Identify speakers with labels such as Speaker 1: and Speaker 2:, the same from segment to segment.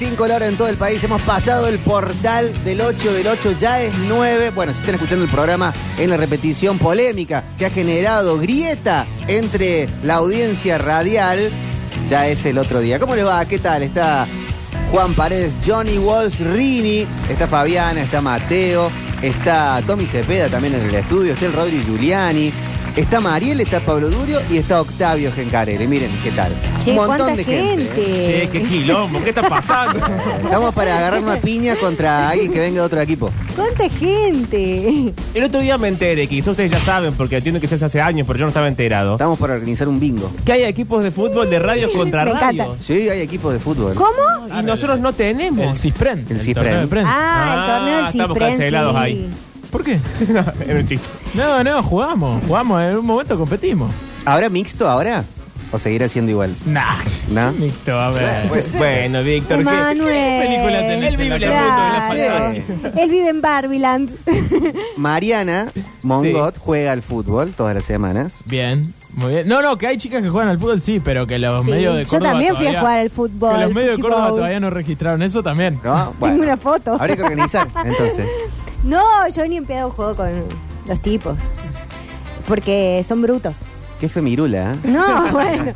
Speaker 1: 5 la hora en todo el país. Hemos pasado el portal del 8 del 8, ya es 9. Bueno, si están escuchando el programa en la repetición polémica que ha generado grieta entre la audiencia radial, ya es el otro día. ¿Cómo les va? ¿Qué tal? Está Juan Paredes, Johnny Walsh, Rini, está Fabiana, está Mateo, está Tommy Cepeda también en el estudio, está el Rodri Giuliani. Está Mariel, está Pablo Durio y está Octavio Gencarelli. Miren qué tal.
Speaker 2: Che, ¿cuánta
Speaker 1: ¿eh?
Speaker 2: gente?
Speaker 3: Che, qué quilombo, ¿qué está pasando?
Speaker 1: Estamos para agarrar una piña contra alguien que venga de otro equipo.
Speaker 2: ¿Cuánta gente?
Speaker 3: El otro día me enteré, quizás ustedes ya saben, porque entiendo que se hace años, pero yo no estaba enterado.
Speaker 1: Estamos para organizar un bingo.
Speaker 3: Que hay equipos de fútbol de radio contra
Speaker 2: Me encanta.
Speaker 3: radio.
Speaker 1: Sí, hay equipos de fútbol.
Speaker 2: ¿Cómo?
Speaker 3: Y nosotros no
Speaker 4: El
Speaker 3: tenemos.
Speaker 4: Cispren.
Speaker 1: El Cispren.
Speaker 4: torneo de prensa.
Speaker 2: Ah, el torneo
Speaker 3: Ah,
Speaker 2: del
Speaker 3: estamos
Speaker 2: Cispren,
Speaker 3: cancelados
Speaker 2: sí.
Speaker 3: ahí.
Speaker 4: ¿Por qué?
Speaker 3: no, era un chiste.
Speaker 4: No, no, jugamos. Jugamos, en un momento competimos.
Speaker 1: ¿Habrá mixto ahora? ¿O seguirá siendo igual?
Speaker 4: Nah.
Speaker 1: ¿No?
Speaker 4: Mixto, a ver.
Speaker 1: Puede ser.
Speaker 3: Bueno, Víctor, ¿qué?
Speaker 2: Emanuel.
Speaker 4: película tenés
Speaker 3: Él
Speaker 4: en
Speaker 3: vive
Speaker 4: la
Speaker 3: la foto de la
Speaker 2: Claro.
Speaker 3: pantalla.
Speaker 2: Él vive en Barbiland.
Speaker 1: Mariana Mongot juega al fútbol todas las semanas.
Speaker 4: Bien, muy bien. No, no, que hay chicas que juegan al fútbol, sí, pero que los
Speaker 2: Sí,
Speaker 4: medios de
Speaker 2: yo
Speaker 4: Córdoba.
Speaker 2: también fui a
Speaker 4: todavía-
Speaker 2: jugar al fútbol,
Speaker 4: Que los medios de
Speaker 2: Fuchi
Speaker 4: Córdoba
Speaker 2: Bowl.
Speaker 4: todavía no registraron eso también.
Speaker 1: ¿No? Bueno.
Speaker 2: Ah, una foto.
Speaker 1: Habría que organizar, entonces.
Speaker 2: No, yo ni empezado juego con los tipos. Porque son brutos.
Speaker 1: Qué femirula, ¿eh?
Speaker 2: No, bueno.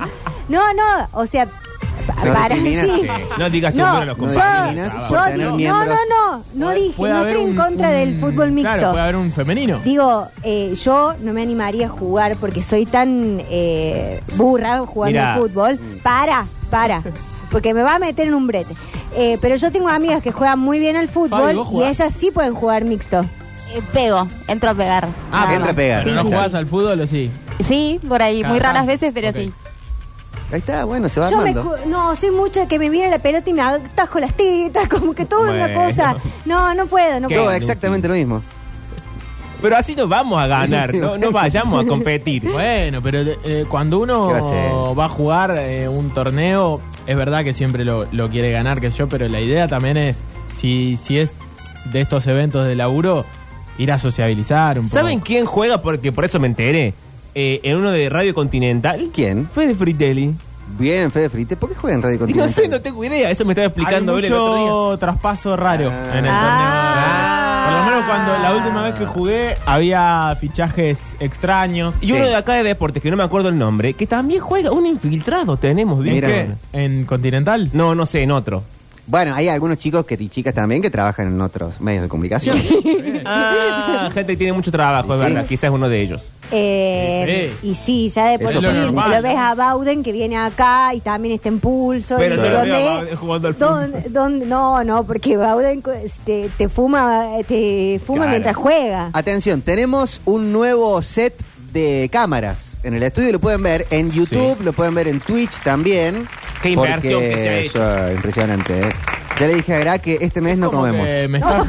Speaker 2: No, no, o sea, pa-
Speaker 1: No
Speaker 2: para
Speaker 1: discriminas,
Speaker 2: sí.
Speaker 3: Sí, No digas tu número a los
Speaker 1: no
Speaker 3: compañeros.
Speaker 1: discriminas
Speaker 3: de
Speaker 1: por
Speaker 2: yo
Speaker 3: trabajo.
Speaker 1: tener
Speaker 2: digo- no,
Speaker 1: miembros.
Speaker 2: no, no, no dije,
Speaker 4: Puede
Speaker 2: no
Speaker 4: haber
Speaker 2: estoy en
Speaker 4: un-
Speaker 2: contra
Speaker 4: un-
Speaker 2: del fútbol mixto.
Speaker 4: Claro, puede haber un femenino.
Speaker 2: Digo, eh, yo no me animaría a jugar porque soy tan eh, burra jugando
Speaker 3: Mirá. Mm.
Speaker 2: al fútbol. Para, para. Porque me va a meter en un brete. Eh, pero yo tengo amigas que juegan muy bien al
Speaker 4: Fabi,
Speaker 2: fútbol
Speaker 4: ¿vos
Speaker 2: y
Speaker 4: jugás?
Speaker 2: ellas sí pueden jugar mixto.
Speaker 5: Eh, Pego, entro a pegar.
Speaker 4: Ah,
Speaker 5: nada
Speaker 1: entra
Speaker 5: más.
Speaker 1: a pegar.
Speaker 4: Pero
Speaker 5: Sí,
Speaker 4: no
Speaker 5: sí,
Speaker 4: jugás
Speaker 5: sí.
Speaker 4: al fútbol o sí.
Speaker 5: Sí, por ahí, muy
Speaker 4: Cada
Speaker 5: raras
Speaker 4: tanto.
Speaker 5: veces, pero
Speaker 4: Ok.
Speaker 5: sí.
Speaker 1: Ahí está, bueno, se va
Speaker 2: Yo me,
Speaker 1: armando.
Speaker 2: cu- no, soy mucho de que me viene la pelota y me atajo las tetas, como que todo es una
Speaker 3: Bueno.
Speaker 2: cosa. No, no puedo, no
Speaker 3: ¿Qué?
Speaker 1: Yo
Speaker 2: puedo.
Speaker 1: exactamente lo mismo.
Speaker 3: Pero así no vamos a ganar, no, no vayamos a competir.
Speaker 4: Bueno, pero eh, cuando
Speaker 1: ¿Qué va a hacer?
Speaker 4: uno va a jugar eh, un torneo, es verdad que siempre lo, lo quiere ganar, que yo, pero la idea también es, si, si es de estos eventos de laburo, ir a sociabilizar un poco.
Speaker 3: ¿Saben quién juega? Porque por eso me enteré. Eh, en uno de Radio Continental.
Speaker 1: ¿Quién?
Speaker 3: Fede Fritelli.
Speaker 1: Bien, Fede Frite. ¿Por qué juega en Radio
Speaker 3: Y no
Speaker 1: Continental?
Speaker 3: sé, no tengo idea. Eso me estaba explicando
Speaker 4: Hay
Speaker 3: él el otro
Speaker 4: mucho traspaso raro
Speaker 1: Ah.
Speaker 4: en el torneo.
Speaker 2: Ah.
Speaker 4: Por lo menos cuando la última vez que jugué había fichajes extraños.
Speaker 3: día. Y uno de acá de deportes, que no me acuerdo el nombre, que también juega un infiltrado. Tenemos,
Speaker 4: ¿En
Speaker 3: bien
Speaker 1: Mira.
Speaker 4: qué? ¿En Continental?
Speaker 3: No, no sé, en otro.
Speaker 1: Bueno, hay algunos chicos que, y chicas también que trabajan en otros medios de comunicación.
Speaker 3: Ah, gente que tiene mucho trabajo, es
Speaker 1: Sí.
Speaker 3: verdad. Quizás uno de ellos.
Speaker 2: Eh,
Speaker 4: Sí.
Speaker 2: Y sí, ya de por
Speaker 1: Eso
Speaker 2: sí
Speaker 1: es lo
Speaker 2: lo,
Speaker 4: normal, ¿no?
Speaker 2: ves a Bauden que viene acá y también está en pulso.
Speaker 3: Pero
Speaker 2: y
Speaker 3: no
Speaker 1: lo
Speaker 2: donde-
Speaker 3: veo a Bauden eh, jugando al
Speaker 2: don- don- no, no, porque Bauden cu- te, este, te fuma, te fuma
Speaker 3: Claro.
Speaker 2: mientras juega.
Speaker 1: Atención, tenemos un nuevo set de cámaras en el estudio, lo pueden ver en YouTube, lo pueden ver en Twitch también.
Speaker 3: Qué
Speaker 1: porque
Speaker 3: inversión que se ha hecho.
Speaker 1: eso, impresionante, ¿eh? Ya le dije a Gra que este mes no
Speaker 4: Como
Speaker 1: comemos.
Speaker 4: que Me está,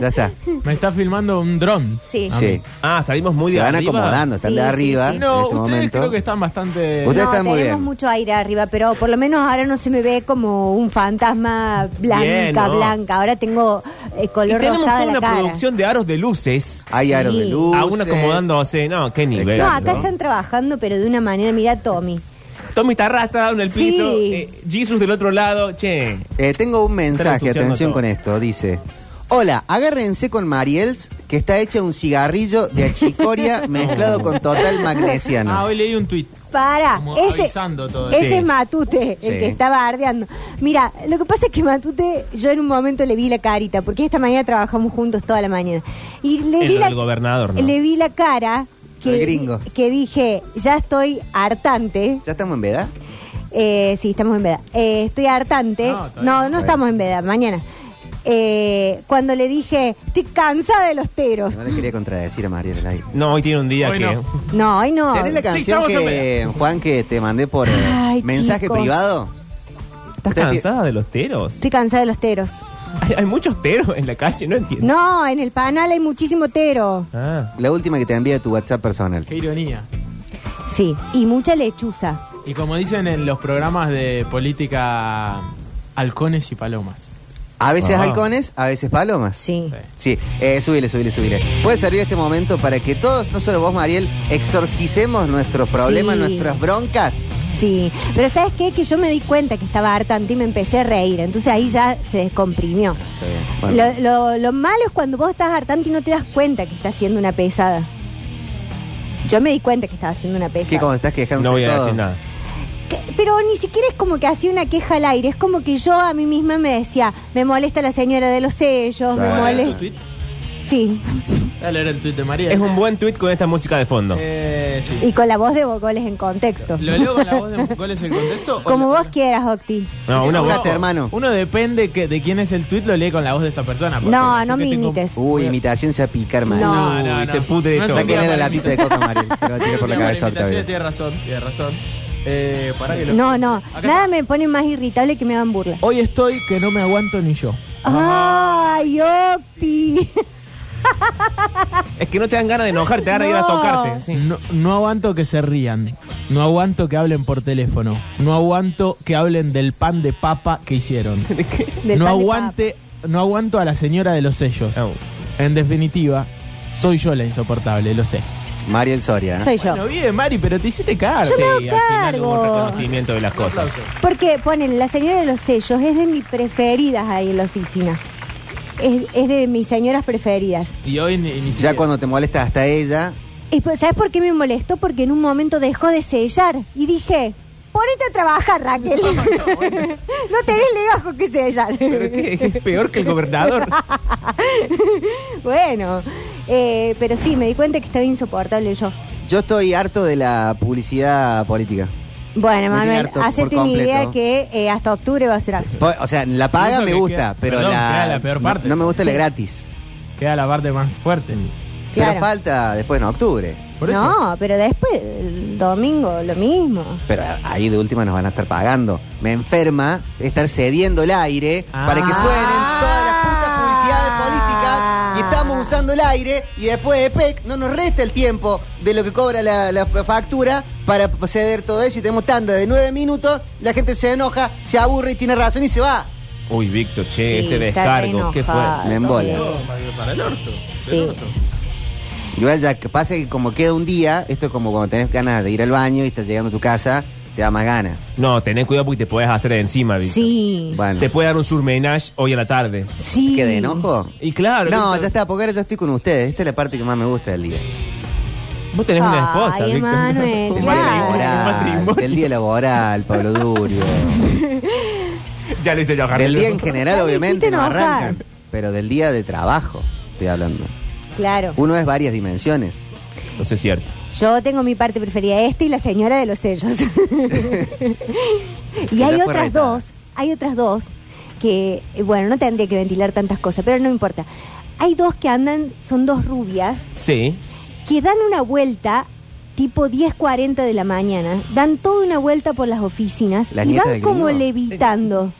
Speaker 1: Ya está.
Speaker 4: me está filmando un dron.
Speaker 2: Sí.
Speaker 4: A mí.
Speaker 1: Sí.
Speaker 3: Ah, salimos muy
Speaker 1: se
Speaker 3: de
Speaker 1: van
Speaker 3: arriba.
Speaker 1: acomodando, están
Speaker 2: Sí,
Speaker 1: de
Speaker 2: sí,
Speaker 1: arriba
Speaker 2: sí.
Speaker 4: No,
Speaker 1: en este
Speaker 4: ustedes
Speaker 1: momento.
Speaker 4: creo que están
Speaker 1: Ustedes
Speaker 4: bastante...
Speaker 2: no,
Speaker 1: están muy
Speaker 2: tenemos
Speaker 1: bien.
Speaker 2: mucho aire arriba, pero por lo menos ahora no se me ve como un fantasma blanca,
Speaker 3: Bien, ¿no?
Speaker 2: blanca. Ahora tengo eh,
Speaker 3: Y
Speaker 2: color
Speaker 3: tenemos
Speaker 2: rosado
Speaker 3: toda
Speaker 2: de la
Speaker 3: una
Speaker 2: cara.
Speaker 3: producción de aros de luces.
Speaker 1: Hay
Speaker 2: Sí.
Speaker 1: aros de luz.
Speaker 3: A uno acomodándose. No, qué nivel.
Speaker 2: No,
Speaker 1: Exacto.
Speaker 2: acá están trabajando, pero de una manera, mira Tommy.
Speaker 3: Tommy Tarra está dando en el
Speaker 2: Sí.
Speaker 3: piso. eh, Jesus del otro lado. Che.
Speaker 1: Eh, tengo un mensaje,
Speaker 3: ensuciando
Speaker 1: atención
Speaker 3: todo.
Speaker 1: con esto. Dice: Hola, agárrense con Mariels, que está hecha un cigarrillo de achicoria mezclado con total magnesiano.
Speaker 4: Ah, hoy leí un tuit.
Speaker 2: Para,
Speaker 4: Como
Speaker 2: ese,
Speaker 4: avisando todo.
Speaker 2: ese
Speaker 3: Sí.
Speaker 2: es Matute, el
Speaker 1: Sí.
Speaker 2: que estaba ardeando. Mira, lo que pasa es que Matute, yo en un momento le vi la carita, porque esta mañana trabajamos juntos toda la mañana. Y le
Speaker 3: En
Speaker 2: vi
Speaker 3: lo
Speaker 2: la,
Speaker 3: del gobernador, ¿no?
Speaker 2: le vi la cara que,
Speaker 1: Al gringo.
Speaker 2: que dije, ya estoy hartante.
Speaker 1: ¿Ya estamos en veda?
Speaker 2: Eh, sí, estamos en veda. Eh, estoy hartante.
Speaker 4: No,
Speaker 2: No,
Speaker 4: está
Speaker 2: no,
Speaker 1: bien.
Speaker 2: estamos en veda, mañana. Eh, cuando le dije, estoy cansada de los teros.
Speaker 1: No le quería contradecir a Mariel. ahí.
Speaker 3: No, hoy tiene un día
Speaker 4: Hoy
Speaker 3: que.
Speaker 4: no.
Speaker 2: No, hoy no.
Speaker 1: ¿Tenés la canción
Speaker 4: estamos en
Speaker 1: que, Juan, que te mandé por eh,
Speaker 2: Ay,
Speaker 1: mensaje
Speaker 2: chicos.
Speaker 1: privado?
Speaker 3: ¿Estás
Speaker 1: Te-
Speaker 3: cansada de los teros?
Speaker 2: Estoy cansada de los teros.
Speaker 3: Hay, hay muchos teros en la calle, no entiendo.
Speaker 2: No, en el panal hay muchísimo tero.
Speaker 3: Ah.
Speaker 1: La última que te envié de tu WhatsApp personal.
Speaker 4: Qué ironía.
Speaker 2: Sí, y mucha lechuza.
Speaker 4: Y como dicen en los programas de política, halcones y palomas.
Speaker 1: A veces
Speaker 3: Ah.
Speaker 1: halcones, a veces palomas.
Speaker 2: Sí.
Speaker 1: Sí, eh, subile, subile, subile. Puede servir este momento para que todos, no solo vos, Mariel, exorcicemos nuestros problemas,
Speaker 2: Sí.
Speaker 1: nuestras broncas.
Speaker 2: Sí, Sí, pero ¿sabes qué? Que yo me di cuenta que estaba hartante y me empecé a reír. Entonces ahí ya se descomprimió.
Speaker 1: Está bien. Bueno.
Speaker 2: Lo, lo- lo malo es cuando vos estás hartante y no te das cuenta que estás haciendo una pesada. Yo me di cuenta que estaba haciendo una
Speaker 1: ¿Qué cuando
Speaker 2: pesada.
Speaker 1: estás quejándote
Speaker 3: No voy a
Speaker 1: todo?
Speaker 3: decir nada.
Speaker 2: Que- Pero ni siquiera es como que hacía una queja al aire. Es como que yo a mí misma me decía, me molesta la señora de los sellos, me
Speaker 1: Claro.
Speaker 4: ¿Tu
Speaker 2: molesta...
Speaker 4: tweet?
Speaker 2: Sí,
Speaker 4: Dale, era el tweet de María.
Speaker 3: Es un buen tuit con esta música de fondo.
Speaker 4: Eh, sí.
Speaker 2: y con la voz de Bocoles en contexto.
Speaker 4: ¿Lo leo con la voz de Mongoles el contexto? o
Speaker 2: Como
Speaker 4: lo-
Speaker 2: vos quieras, Octi.
Speaker 3: No, una voz.
Speaker 1: Buscate, hermano.
Speaker 4: Uno depende que- de quién es el tweet, lo lee con la voz de esa persona. porque-
Speaker 2: No, no
Speaker 4: porque
Speaker 2: me
Speaker 4: tengo-
Speaker 2: imites.
Speaker 1: Uy, imitación se va a picar mal.
Speaker 2: Este- No.
Speaker 4: No, no,
Speaker 3: Uy,
Speaker 4: no.
Speaker 3: se pudre
Speaker 4: No
Speaker 3: todo.
Speaker 4: se
Speaker 1: Saquen
Speaker 4: tira
Speaker 1: la
Speaker 4: para
Speaker 1: lapita de coca, Mario. Se lo va a tirar por la
Speaker 4: Tira
Speaker 1: cabeza,
Speaker 4: para imitaciones,
Speaker 1: Octavio.
Speaker 4: Tiene razón, tiene razón. Eh, pará que lo-
Speaker 2: No, no.
Speaker 4: Acá
Speaker 2: Nada
Speaker 4: está.
Speaker 2: me pone más irritable que me hagan burla.
Speaker 4: Hoy estoy que no me aguanto ni yo.
Speaker 2: ¡Ay, Octi!
Speaker 3: Es que no te dan ganas de enojarte, te dan ganas de ir a
Speaker 2: No.
Speaker 3: tocarte. sí.
Speaker 4: No, no aguanto que se rían. No aguanto que hablen por teléfono. No aguanto que hablen del pan de papa que hicieron.
Speaker 2: Del
Speaker 4: no
Speaker 2: pan de
Speaker 4: aguante, no aguanto a la señora de los sellos.
Speaker 3: Au.
Speaker 4: En definitiva, soy yo la insoportable, lo sé.
Speaker 1: Mariel Soria. ¿no?
Speaker 2: Soy yo.
Speaker 4: No bien, Mari, pero te hiciste cargo.
Speaker 2: Yo me hago
Speaker 3: Sí, al final hubo un
Speaker 2: cargo.
Speaker 3: reconocimiento de las cosas.
Speaker 2: Porque ponen la señora de los sellos, es de mis preferidas ahí en la oficina. Es, es de mis señoras preferidas.
Speaker 4: Y hoy ni, ni
Speaker 1: Ya
Speaker 4: siquiera-
Speaker 1: cuando te molesta hasta ella,
Speaker 2: ¿Y pues, sabes por qué me molestó? Porque en un momento dejó de sellar y dije, ponete a trabajar, Raquel. No, tenés legajo que sellar.
Speaker 3: Pero que es peor que el gobernador.
Speaker 2: Bueno, eh, pero sí, me di cuenta que estaba insoportable yo.
Speaker 1: yo estoy harto de la publicidad política.
Speaker 2: Bueno,
Speaker 1: Me tiene
Speaker 2: Manuel,
Speaker 1: harto por
Speaker 2: hacete una
Speaker 1: completo.
Speaker 2: idea que eh, hasta octubre va a ser así.
Speaker 1: Po- O sea, la paga
Speaker 4: Eso que
Speaker 1: me gusta,
Speaker 4: queda-
Speaker 1: pero
Speaker 4: Perdón,
Speaker 1: la,
Speaker 4: queda la peor
Speaker 1: no-
Speaker 4: parte.
Speaker 1: No, me gusta la
Speaker 4: Sí.
Speaker 1: gratis.
Speaker 4: Queda la parte más fuerte.
Speaker 2: Claro.
Speaker 1: Pero falta después, no, octubre.
Speaker 4: Por eso.
Speaker 2: No, pero después, el domingo, lo mismo.
Speaker 1: Pero ahí de última nos van a estar pagando. Me enferma estar cediendo el aire
Speaker 4: Ah.
Speaker 1: para que suenen todas las putas publicidades políticas y estamos usando el aire y después de PEC no nos resta el tiempo de lo que cobra la, la factura para ceder todo eso y tenemos tanda de nueve minutos, la gente se enoja, se aburre y tiene razón y se va.
Speaker 3: Uy, Víctor, che,
Speaker 2: Sí,
Speaker 3: este
Speaker 2: está
Speaker 3: descargo,
Speaker 2: re
Speaker 3: ¿qué fue?
Speaker 2: enojado.
Speaker 1: Me embola.
Speaker 2: Sí.
Speaker 4: Para el orto.
Speaker 2: Sí. del orto.
Speaker 1: Igual ya que pasa que como queda un día, esto es como cuando tenés ganas de ir al baño y estás llegando a tu casa, te da más ganas.
Speaker 3: No, tenés cuidado porque te podés hacer de encima, Víctor.
Speaker 2: Sí.
Speaker 1: Bueno,
Speaker 3: Te puede dar un surmenage hoy a la tarde.
Speaker 2: Sí.
Speaker 1: ¿qué de enojo?
Speaker 3: Y claro,
Speaker 1: No,
Speaker 3: Víctor,
Speaker 1: ya está, porque ahora ya estoy con ustedes. Esta es la parte que más me gusta del día.
Speaker 3: vos tenés una esposa,
Speaker 2: Ay,
Speaker 3: Víctor.
Speaker 2: Emanuel,
Speaker 3: Un
Speaker 2: claro.
Speaker 1: Laboral,
Speaker 3: matrimonio.
Speaker 1: del día laboral, Pablo Durio.
Speaker 3: Ya lo hice yo,
Speaker 1: del día en general,
Speaker 2: Ya me
Speaker 1: obviamente,
Speaker 2: hiciste
Speaker 1: no
Speaker 2: enojar.
Speaker 1: arrancan. Pero del día de trabajo, estoy hablando.
Speaker 2: Claro.
Speaker 1: Uno es varias dimensiones.
Speaker 3: No sé, es cierto.
Speaker 2: Yo tengo mi parte preferida, esta y la señora de los sellos. y
Speaker 1: Ya
Speaker 2: hay
Speaker 1: fue
Speaker 2: otras
Speaker 1: retada.
Speaker 2: dos, hay otras dos que, eh, bueno, no tendría que ventilar tantas cosas, pero no importa. Hay dos que andan, son dos rubias,
Speaker 3: Sí.
Speaker 2: que dan una vuelta tipo 10.40 de la mañana, dan toda una vuelta por las oficinas
Speaker 1: ¿Las
Speaker 2: y
Speaker 1: nietas
Speaker 2: van
Speaker 1: de
Speaker 2: como
Speaker 1: gringo?
Speaker 2: levitando.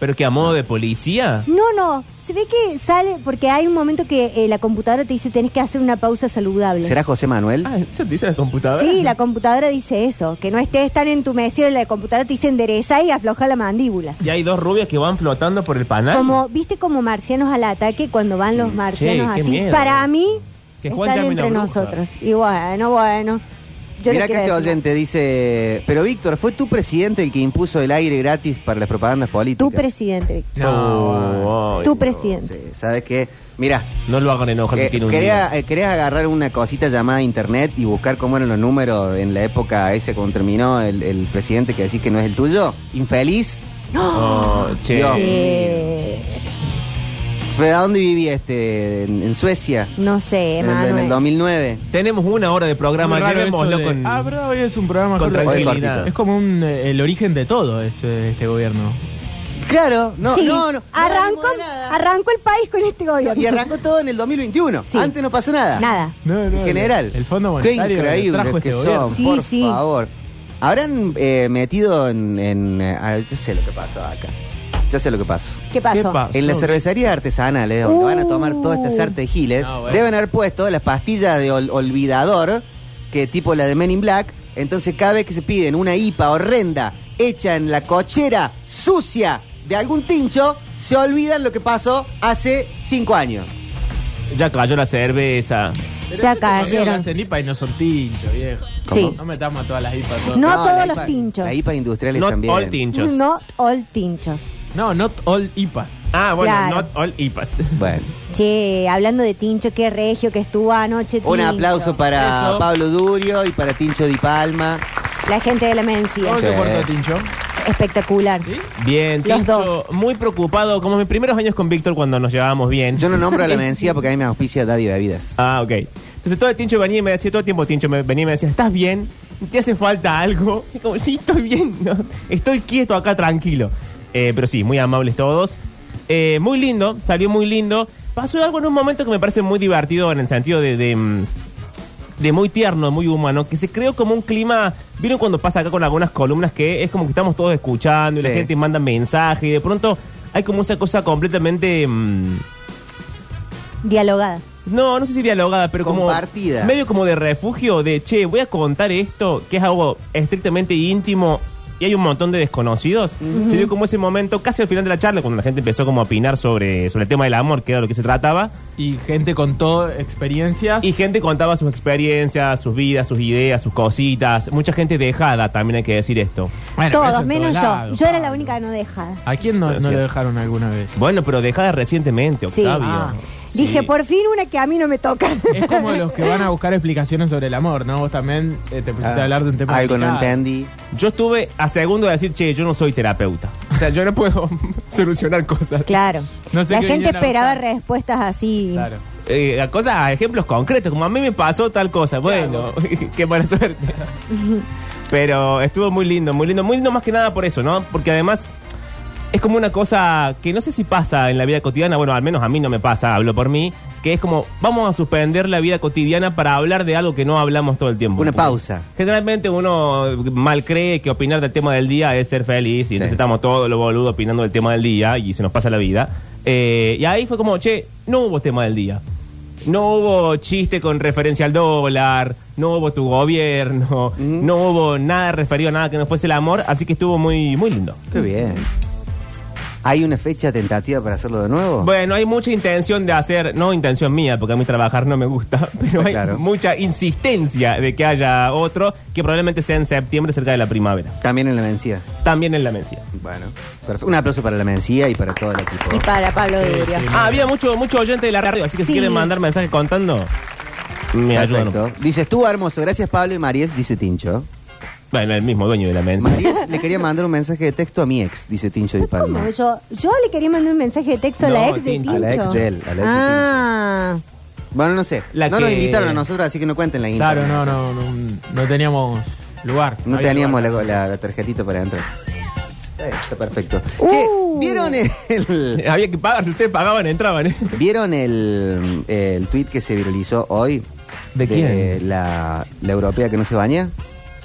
Speaker 3: Pero que a modo de policía.
Speaker 2: No, no, se ve que sale, porque hay un momento que eh, la computadora te dice tenés que hacer una pausa saludable.
Speaker 1: ¿Será José Manuel?
Speaker 3: Ah, ¿eso te dice la computadora?
Speaker 2: Sí, la computadora dice eso, que no estés tan entumecido, la computadora te dice endereza y afloja la mandíbula.
Speaker 3: Y hay dos rubias que van flotando por el panal.
Speaker 2: Como, viste como marcianos al ataque cuando van los marcianos
Speaker 3: Mm, qué
Speaker 2: así.
Speaker 3: miedo.
Speaker 2: Para mí,
Speaker 3: Que Juan
Speaker 2: están
Speaker 3: llame una
Speaker 2: entre
Speaker 3: bruja.
Speaker 2: nosotros. Y bueno, bueno. Yo
Speaker 1: Mirá
Speaker 2: no
Speaker 1: que
Speaker 2: quiero
Speaker 1: este
Speaker 2: decir nada.
Speaker 1: oyente dice, pero Víctor, ¿fue tu presidente el que impuso el aire gratis para las propagandas políticas?
Speaker 2: Tu presidente, Víctor.
Speaker 3: No, ay,
Speaker 2: Tu Eh,
Speaker 3: no.
Speaker 2: presidente.
Speaker 1: Sí, ¿Sabes qué? Mira,
Speaker 3: No lo hagan enojar, que tiene un lío.
Speaker 1: ¿Querés agarrar una cosita llamada internet y buscar cómo eran los números en la época ese cuando terminó el, el presidente que decís que no es el tuyo? Infeliz.
Speaker 3: Oh, che.
Speaker 1: Dios.
Speaker 2: Eh,
Speaker 1: ¿Pero a dónde vivía este? ¿En, en Suecia?
Speaker 2: no sé,
Speaker 1: en, el- en el
Speaker 2: Emanuel.
Speaker 1: 2009.
Speaker 3: Tenemos una hora de programa,
Speaker 4: Muy raro
Speaker 3: llevémoslo
Speaker 4: eso de-
Speaker 3: con...
Speaker 4: Ah, pero hoy es un programa
Speaker 3: con
Speaker 4: con
Speaker 1: tranquilidad.
Speaker 4: Es como un, eh, el origen de todo ese- este gobierno.
Speaker 1: Claro, no,
Speaker 2: Sí,
Speaker 1: no, no. no
Speaker 2: arrancó,
Speaker 1: hablamos de nada.
Speaker 2: arrancó el país con este gobierno.
Speaker 1: y arrancó todo en el 2021.
Speaker 2: Sí.
Speaker 1: Antes no pasó nada.
Speaker 2: Nada.
Speaker 4: No, no,
Speaker 1: en general.
Speaker 4: El, el Fondo
Speaker 1: Qué
Speaker 4: Monetario
Speaker 1: increíble
Speaker 4: trajo
Speaker 1: que
Speaker 4: este gobierno.
Speaker 1: son,
Speaker 2: Sí,
Speaker 1: por
Speaker 2: sí.
Speaker 1: favor. Habrán eh, metido en. en eh, ah, ya sé lo que pasó acá. Ya sé lo que pasó.
Speaker 2: ¿Qué pasó?
Speaker 4: ¿Qué pasó?
Speaker 1: En las cervecerías artesanales, eh, donde
Speaker 2: Uh.
Speaker 1: van a tomar todas estas artes giles,
Speaker 4: No, bueno.
Speaker 1: deben haber puesto las pastillas de ol- olvidador, que tipo la de Men in Black. Entonces, cada vez que se piden una IPA horrenda, hecha en la cochera sucia de algún tincho, se olvidan lo que pasó hace cinco años.
Speaker 3: Ya cayó la cerveza.
Speaker 2: ya cayeron.
Speaker 4: Las IPA y no son tinchos, viejo.
Speaker 2: Sí.
Speaker 4: No metamos a todas las IPA. todas.
Speaker 2: No
Speaker 1: la
Speaker 2: todos los
Speaker 1: IPA
Speaker 2: tinchos.
Speaker 1: La IPA industriales
Speaker 3: Not
Speaker 1: también.
Speaker 3: all tinchos.
Speaker 2: Not all tinchos.
Speaker 4: No, not all IPAs.
Speaker 3: Ah, bueno,
Speaker 2: Claro.
Speaker 3: not all IPAs.
Speaker 1: Bueno.
Speaker 2: Che, hablando de tincho, qué regio que estuvo anoche.
Speaker 1: Un
Speaker 2: Tincho.
Speaker 1: aplauso para
Speaker 4: Eso.
Speaker 1: Pablo Durio y para Tincho Di Palma.
Speaker 2: La gente de la mencía.
Speaker 4: ¿Cómo
Speaker 1: Sí.
Speaker 4: se portó Tincho?
Speaker 2: Espectacular.
Speaker 4: ¿Sí?
Speaker 3: Bien,
Speaker 2: Los
Speaker 3: Tincho, muy preocupado, como mis primeros años con Víctor cuando nos llevábamos bien.
Speaker 1: Yo no nombro a la mencía porque a mí me auspicia Daddy Bebidas.
Speaker 3: Ah, ok. Entonces todo el Tincho venía y me decía, todo el tiempo Tincho me venía y me decía, ¿estás bien? ¿Te hace falta algo? Y como, sí, estoy bien, no, estoy quieto acá, tranquilo. Eh, pero sí, muy amables todos. Eh, muy lindo, salió muy lindo. Pasó algo en un momento que me parece muy divertido en el sentido de... de, mm, de muy tierno, muy humano, que se creó como un clima. ¿Vieron cuando pasa acá con algunas columnas que es como que estamos todos escuchando y la
Speaker 1: Sí.
Speaker 3: gente manda mensajes y de pronto hay como esa cosa completamente. mm,
Speaker 2: Dialogada.
Speaker 3: no, no sé si dialogada, pero como.
Speaker 1: Compartida.
Speaker 3: Medio como de refugio de, che, voy a contar esto, que es algo estrictamente íntimo y hay un montón de desconocidos. Se dio como ese momento, casi al final de la charla, cuando la gente empezó como a opinar sobre, sobre el tema del amor, que era lo que se trataba.
Speaker 4: Y gente contó experiencias.
Speaker 3: Y gente contaba sus experiencias, sus vidas, sus ideas, sus cositas. Mucha gente dejada, también hay que decir esto.
Speaker 4: Bueno, eso
Speaker 2: todos,
Speaker 4: en
Speaker 2: menos
Speaker 4: todos
Speaker 2: yo.
Speaker 4: lados,
Speaker 2: yo era la
Speaker 4: Pablo.
Speaker 2: única no dejada.
Speaker 4: ¿A quién no, no le dejaron alguna vez?
Speaker 3: Bueno, pero dejada recientemente,
Speaker 2: Sí.
Speaker 3: Octavio.
Speaker 4: Ah.
Speaker 3: Sí.
Speaker 2: Dije, por fin una que a mí no me toca.
Speaker 4: Es como los que van a buscar explicaciones sobre el amor, ¿no? Vos también eh, te pusiste a hablar de un tema
Speaker 1: Ah, Algo no
Speaker 4: complicado.
Speaker 1: entendí.
Speaker 3: Yo estuve a segundo de decir, che, yo no soy terapeuta. O sea, yo no puedo solucionar cosas.
Speaker 2: Claro.
Speaker 4: No sé
Speaker 2: la
Speaker 4: qué
Speaker 2: gente
Speaker 4: vinieron a
Speaker 2: esperaba
Speaker 4: buscar.
Speaker 2: respuestas así.
Speaker 4: Claro.
Speaker 3: Eh, a cosas, a ejemplos concretos, como a mí me pasó tal cosa. Bueno, qué mala suerte. Pero estuvo muy lindo, muy lindo, muy lindo más que nada por eso, ¿no? Porque además es como una cosa que no sé si pasa en la vida cotidiana, bueno, al menos a mí no me pasa, hablo por mí, que es como vamos a suspender la vida cotidiana para hablar de algo que no hablamos todo el tiempo.
Speaker 1: Una
Speaker 3: Porque
Speaker 1: pausa.
Speaker 3: Generalmente uno mal cree que opinar del tema del día es ser feliz y entonces estamos todos los boludos opinando del tema del día y se nos pasa la vida. Eh, y ahí fue como, che, no hubo tema del día. No hubo chiste con referencia al dólar, no hubo tu gobierno, no hubo nada referido a nada que no fuese el amor, así que estuvo muy, muy lindo.
Speaker 1: Qué
Speaker 4: Mm.
Speaker 1: bien. ¿Hay una fecha tentativa para hacerlo de nuevo?
Speaker 3: Bueno, hay mucha intención de hacer, no intención mía, porque a mí trabajar no me gusta, pero
Speaker 1: Está
Speaker 3: hay
Speaker 1: claro.
Speaker 3: mucha insistencia de que haya otro que probablemente sea en septiembre, cerca de la primavera.
Speaker 1: También en la mencía.
Speaker 3: También en la mencía.
Speaker 1: Bueno, perfecto. Un aplauso para la mencía y para todo el equipo.
Speaker 2: Y para Pablo Durio.
Speaker 3: Ah, había mucho, mucho oyente de la radio, así que
Speaker 2: Sí.
Speaker 3: si quieren mandar mensajes contando, me ayudan.
Speaker 1: Perfecto. Dice, estuvo hermoso. Gracias, Pablo y Maries, dice Tincho.
Speaker 3: Bueno, el mismo dueño de la mensa.
Speaker 1: Maries le quería mandar un mensaje de texto a mi ex, dice Tincho Di Palma.
Speaker 2: ¿Cómo? Yo, yo le quería mandar un mensaje de texto a la
Speaker 3: No,
Speaker 2: ex de
Speaker 3: Tincho.
Speaker 2: Tincho.
Speaker 1: A la ex de él, a la ex de
Speaker 2: ah,
Speaker 1: Bueno, no sé.
Speaker 3: La
Speaker 1: no
Speaker 3: que-
Speaker 1: nos invitaron a nosotros, así que no cuenten la intro.
Speaker 4: Claro, no, no, no, no teníamos lugar.
Speaker 1: No
Speaker 4: había
Speaker 1: teníamos la,
Speaker 4: lugar.
Speaker 1: la- la tarjetita para entrar. Eh, Está perfecto.
Speaker 2: Uh.
Speaker 1: Che, ¿vieron el,
Speaker 3: Había que pagar, si ustedes pagaban, entraban, ¿eh?
Speaker 1: ¿vieron el, el tweet que se viralizó hoy?
Speaker 3: ¿De quién?
Speaker 1: La, la europea que no se baña.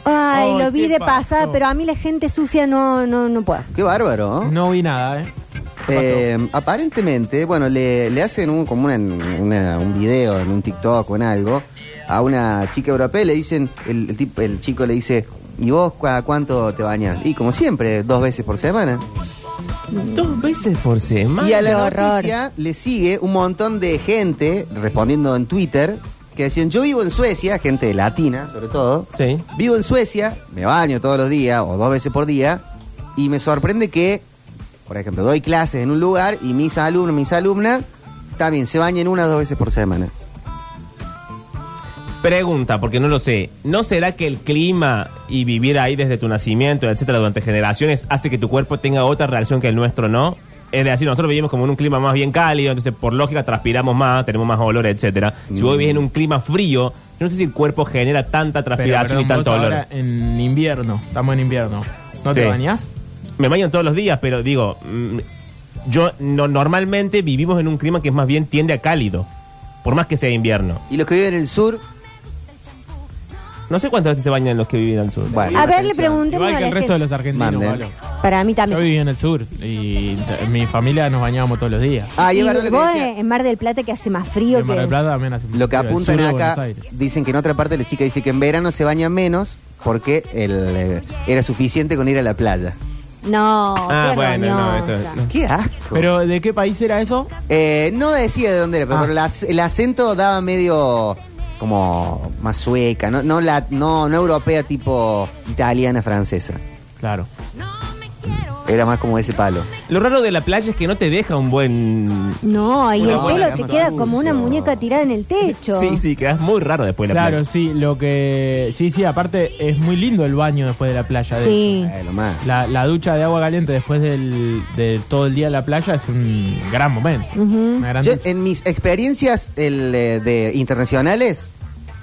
Speaker 2: Ay,
Speaker 4: Ay,
Speaker 2: lo vi
Speaker 4: ¿qué
Speaker 2: de
Speaker 4: pasó?
Speaker 2: pasada, pero a mí la gente sucia no, no, no puedo.
Speaker 1: Qué bárbaro, ¿no?
Speaker 4: No vi nada, ¿eh?
Speaker 1: Eh, aparentemente, bueno, le, le hacen un, como una- una- un video en un TikTok o en algo a una chica europea y le dicen, el, el tipo- el chico le dice, ¿y vos a cuánto te bañas? Y como siempre, dos veces por semana.
Speaker 3: Dos veces por semana.
Speaker 1: Y a
Speaker 2: Qué
Speaker 1: la
Speaker 2: horror.
Speaker 1: noticia le sigue un montón de gente respondiendo en Twitter que decían, yo vivo en Suecia, gente latina sobre todo,
Speaker 3: Sí.
Speaker 1: vivo en Suecia, me baño todos los días o dos veces por día y me sorprende que, por ejemplo, doy clases en un lugar y mis alumnos, mis alumnas también se bañen una o dos veces por semana.
Speaker 3: Pregunta, porque no lo sé. ¿No será que el clima y vivir ahí desde tu nacimiento, etcétera, durante generaciones, hace que tu cuerpo tenga otra reacción que el nuestro, no? Es decir, nosotros vivimos como en un clima más bien cálido, entonces por lógica transpiramos más, tenemos más olor, etcétera. Si vos vivís en un clima frío, yo no sé si el cuerpo genera tanta
Speaker 4: Pero,
Speaker 3: transpiración
Speaker 4: perdón,
Speaker 3: y tanto
Speaker 4: vos
Speaker 3: olor.
Speaker 4: ahora en invierno, estamos en invierno. ¿No te
Speaker 3: Sí.
Speaker 4: bañás?
Speaker 3: Me baño todos los días, pero digo, mm, yo no, normalmente vivimos en un clima que más bien tiende a cálido, por más que sea invierno.
Speaker 1: Y los que viven en el sur,
Speaker 3: No sé cuántas veces se bañan los que viven al sur.
Speaker 1: bueno.
Speaker 2: A ver, le
Speaker 1: atención.
Speaker 2: preguntemos
Speaker 4: Igual
Speaker 2: a
Speaker 4: que
Speaker 2: la
Speaker 4: el resto
Speaker 2: gente.
Speaker 4: de los argentinos,
Speaker 1: Manden.
Speaker 4: Pablo.
Speaker 2: Para mí
Speaker 4: Yo
Speaker 2: también.
Speaker 4: vivía en el sur y en mi familia nos bañábamos todos los días.
Speaker 1: Ah, y
Speaker 2: Y
Speaker 1: es verdad lo que
Speaker 2: vos
Speaker 1: decía.
Speaker 2: en Mar del Plata que hace más
Speaker 4: Y
Speaker 2: frío
Speaker 4: en Mar del
Speaker 2: que...
Speaker 4: Plata también hace
Speaker 1: Lo que
Speaker 4: frío, el
Speaker 1: apuntan
Speaker 4: sur de Buenos
Speaker 1: acá,
Speaker 4: Aires.
Speaker 1: dicen que en otra parte la chica dice que en verano se baña menos porque el, eh, era suficiente con ir a la playa.
Speaker 2: No,
Speaker 3: Ah,
Speaker 2: qué
Speaker 3: bueno, no, esto-
Speaker 2: roñosa.
Speaker 3: no.
Speaker 1: ¡Qué asco!
Speaker 4: Pero ¿de qué país era eso?
Speaker 1: Eh, no decía de dónde era, pero
Speaker 4: Ah.
Speaker 1: el ac- el acento daba medio como más sueca, no, no, la, no, no europea tipo italiana, francesa.
Speaker 4: Claro.
Speaker 1: Era más como ese palo.
Speaker 3: Lo raro de la playa es que no te deja un buen.
Speaker 2: No, y
Speaker 1: Una
Speaker 2: el
Speaker 1: bola de
Speaker 2: pelo te
Speaker 1: gama
Speaker 2: queda
Speaker 1: sucio.
Speaker 2: como una muñeca tirada en el techo.
Speaker 3: Sí, sí, quedas muy raro después de la
Speaker 4: Claro,
Speaker 3: playa.
Speaker 4: sí, lo que. Sí, sí, aparte es muy lindo el baño después de la playa. de
Speaker 2: Sí.
Speaker 1: Eh, lo más.
Speaker 4: hecho. La, la ducha de agua caliente después del, de todo el día en la playa es un gran momento.
Speaker 2: Ujú.
Speaker 4: Una gran
Speaker 1: Yo, eh,
Speaker 4: ducha.
Speaker 1: en mis experiencias el, eh, de internacionales,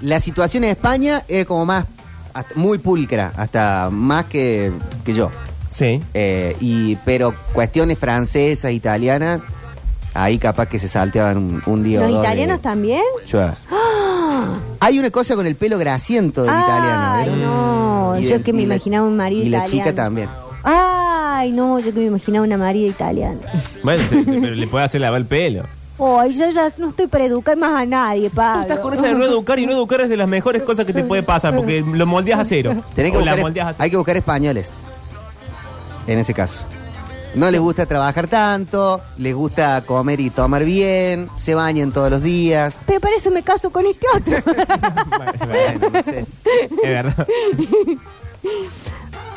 Speaker 1: la situación en España es como más, hasta- muy pulcra, hasta más que, que yo.
Speaker 3: Sí.
Speaker 1: Eh, y, pero cuestiones francesas, italianas, ahí capaz que se salteaban un, un día o
Speaker 2: ¿Los
Speaker 1: dos de-
Speaker 2: italianos también?
Speaker 1: Yo-
Speaker 2: ¡Ah!
Speaker 1: Hay una cosa con el pelo grasiento del italiano.
Speaker 2: Ay,
Speaker 1: ¿vieron?
Speaker 2: no,
Speaker 1: Y
Speaker 2: yo
Speaker 1: del-
Speaker 2: que me
Speaker 1: y la-
Speaker 2: imaginaba un marido
Speaker 1: Y la
Speaker 2: italiano.
Speaker 1: chica también.
Speaker 2: Ay, no, yo que me imaginaba una marida italiana.
Speaker 3: Bueno, sí, sí, pero le puede hacer lavar el pelo.
Speaker 2: Ay, yo ya no estoy para educar más a nadie, Pablo.
Speaker 3: Tú estás con esa de no educar y no educar es de las mejores cosas que te puede pasar porque lo moldeas a cero.
Speaker 1: Tenés que
Speaker 3: O la
Speaker 1: buscar-
Speaker 3: moldeas a cero.
Speaker 1: hay que buscar españoles. En ese caso. No les gusta trabajar tanto, les gusta comer y tomar bien, se bañan todos los días.
Speaker 2: Pero para eso me caso con este otro.
Speaker 1: Bueno, no sé.
Speaker 3: Es verdad.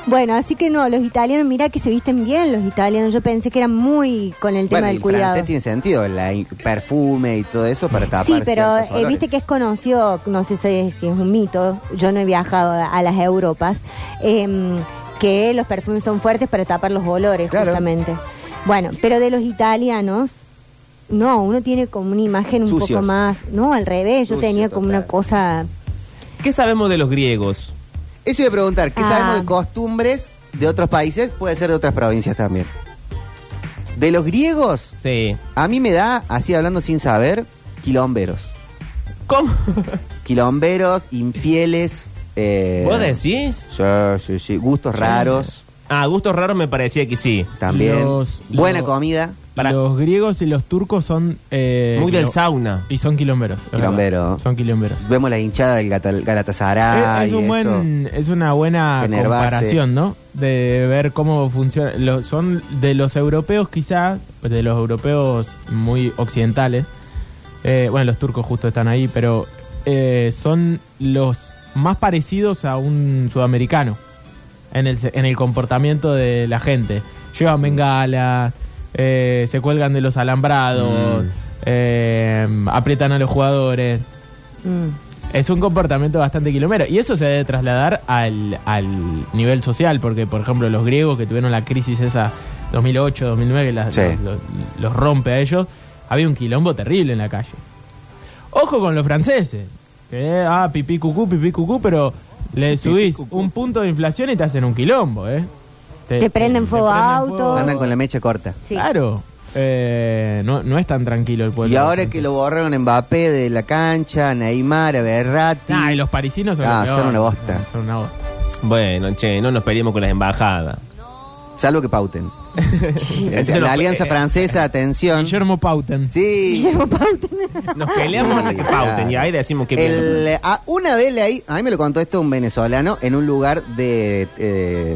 Speaker 2: bueno, así que no, los italianos, mira que se visten bien los italianos. Yo pensé que eran muy con el tema
Speaker 1: Bueno,
Speaker 2: del
Speaker 1: el
Speaker 2: cuidado.
Speaker 1: francés tiene sentido, la- el perfume y todo eso para tapar
Speaker 2: Sí, pero
Speaker 1: ciertos
Speaker 2: eh,
Speaker 1: olores.
Speaker 2: viste que es conocido, no sé si, si es un mito, yo no he viajado a, a las Europas, em, que los perfumes son fuertes para tapar los olores,
Speaker 1: Claro.
Speaker 2: justamente. Bueno, pero de los italianos, no, uno tiene como una imagen un
Speaker 1: Sucios.
Speaker 2: poco más, no, al revés, yo
Speaker 1: Sucio,
Speaker 2: tenía como una
Speaker 1: total.
Speaker 2: cosa...
Speaker 3: ¿Qué sabemos de los griegos?
Speaker 1: Eso iba a preguntar, ¿qué
Speaker 2: Ah.
Speaker 1: sabemos de costumbres de otros países? Puede ser de otras provincias también. De los griegos,
Speaker 3: Sí.
Speaker 1: a mí me da, así hablando sin saber, quilomberos.
Speaker 3: ¿Cómo?
Speaker 1: Quilomberos, infieles. Eh,
Speaker 3: ¿Vos decís?
Speaker 1: Sí, sí, sí. Gustos raros
Speaker 3: A gustos raros me parecía que sí.
Speaker 1: también.
Speaker 4: Los-
Speaker 1: Buena
Speaker 4: los-
Speaker 1: comida.
Speaker 3: Para-
Speaker 4: Los griegos y los turcos son. eh,
Speaker 3: Muy del
Speaker 4: lo-
Speaker 3: sauna.
Speaker 4: Y son quilomberos. es verdad.
Speaker 1: Quilombero.
Speaker 4: Son quilomberos.
Speaker 1: Vemos la hinchada del Gata- Galatasaray.
Speaker 4: Es, es
Speaker 1: y
Speaker 4: un
Speaker 1: eso.
Speaker 4: buen, es una buena
Speaker 1: Fenerbahce.
Speaker 4: comparación, ¿no? De ver cómo funciona. Lo- son de los europeos, quizá, de los europeos muy occidentales. eh, bueno, los turcos justo están ahí, pero eh, son los más parecidos a un sudamericano en el, se- en el comportamiento de la gente. Llevan bengalas, eh, se cuelgan de los alambrados, eh, aprietan a los jugadores.
Speaker 2: mm.
Speaker 4: Es un comportamiento bastante quilomero. Y eso se debe trasladar al, al nivel social, porque, por ejemplo, los griegos que tuvieron la crisis esa 2008, 2009, las-
Speaker 1: Sí.
Speaker 4: los, los- los rompe a ellos, había un quilombo terrible en la calle. Ojo con los franceses, que, ah, pipí cucú, pipí cucú, pero le subís un punto de inflación y te hacen un quilombo, ¿eh?
Speaker 2: Te prenden fuego a autos.
Speaker 1: Andan con la mecha corta.
Speaker 2: Sí.
Speaker 4: Claro. Eh, no, no es tan tranquilo el pueblo.
Speaker 1: y ahora
Speaker 4: francés.
Speaker 1: que lo borraron Mbappé de la cancha, Neymar, Berratti.
Speaker 4: Ah, y los parisinos son,
Speaker 1: Ah,
Speaker 4: los
Speaker 1: son
Speaker 4: peores.
Speaker 1: una bosta.
Speaker 4: Son una bosta.
Speaker 3: Bueno, che, no nos peleemos con las embajadas.
Speaker 1: Salvo que pauten. Este, la, la alianza francesa, atención.
Speaker 4: eh, Guillermo Pauten.
Speaker 1: Sí.
Speaker 2: Guillermo Pauten.
Speaker 3: Nos peleamos hasta que pauten y ahí decimos que...
Speaker 1: El, eh, ah, una vez leí, a mí me lo contó esto un venezolano en un lugar de eh,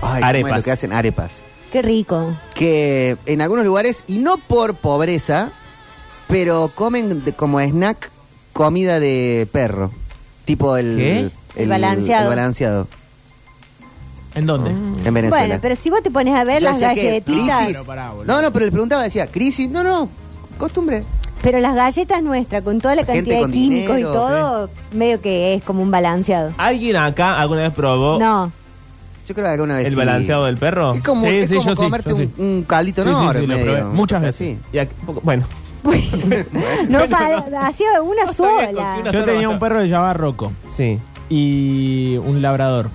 Speaker 1: ay, ¿cómo es
Speaker 3: Arepas.
Speaker 1: lo que hacen arepas,
Speaker 2: Qué rico.
Speaker 1: que en algunos lugares y no por pobreza, pero comen de- como snack comida de perro, tipo el
Speaker 3: ¿Qué?
Speaker 2: El balanceado.
Speaker 1: el balanceado
Speaker 4: ¿En dónde?
Speaker 1: en Venezuela.
Speaker 2: Bueno, pero si vos te pones a ver
Speaker 1: Yo
Speaker 2: las
Speaker 1: sé que
Speaker 2: galletitas,
Speaker 1: crisis-
Speaker 4: No, pará, boludo.
Speaker 1: no, no, pero le preguntaba decía crisis, no, no, costumbre.
Speaker 2: pero las galletas nuestras, con toda la
Speaker 1: Gente
Speaker 2: cantidad de
Speaker 1: con
Speaker 2: químicos
Speaker 1: dinero,
Speaker 2: y todo, medio que es como un balanceado.
Speaker 3: ¿Alguien acá alguna vez probó
Speaker 2: No.
Speaker 1: Yo creo que alguna vez
Speaker 3: el
Speaker 1: Pues sí.
Speaker 3: balanceado del perro?
Speaker 1: Es como,
Speaker 4: Sí,
Speaker 1: es
Speaker 4: sí,
Speaker 1: como
Speaker 4: yo sí,
Speaker 1: comerte
Speaker 4: yo
Speaker 1: un,
Speaker 4: sí.
Speaker 1: un caldito
Speaker 4: Sí, sí, sí,
Speaker 1: enorme,
Speaker 4: lo probé
Speaker 1: medio,
Speaker 4: muchas
Speaker 1: cosas
Speaker 4: veces.
Speaker 1: así.
Speaker 3: Y aquí- bueno,
Speaker 2: no, fa- hacía una
Speaker 3: No sabía con
Speaker 2: sola.
Speaker 3: qué una-
Speaker 4: Yo tenía un perro que se llamaba Rocco
Speaker 3: sí.
Speaker 4: y un labrador.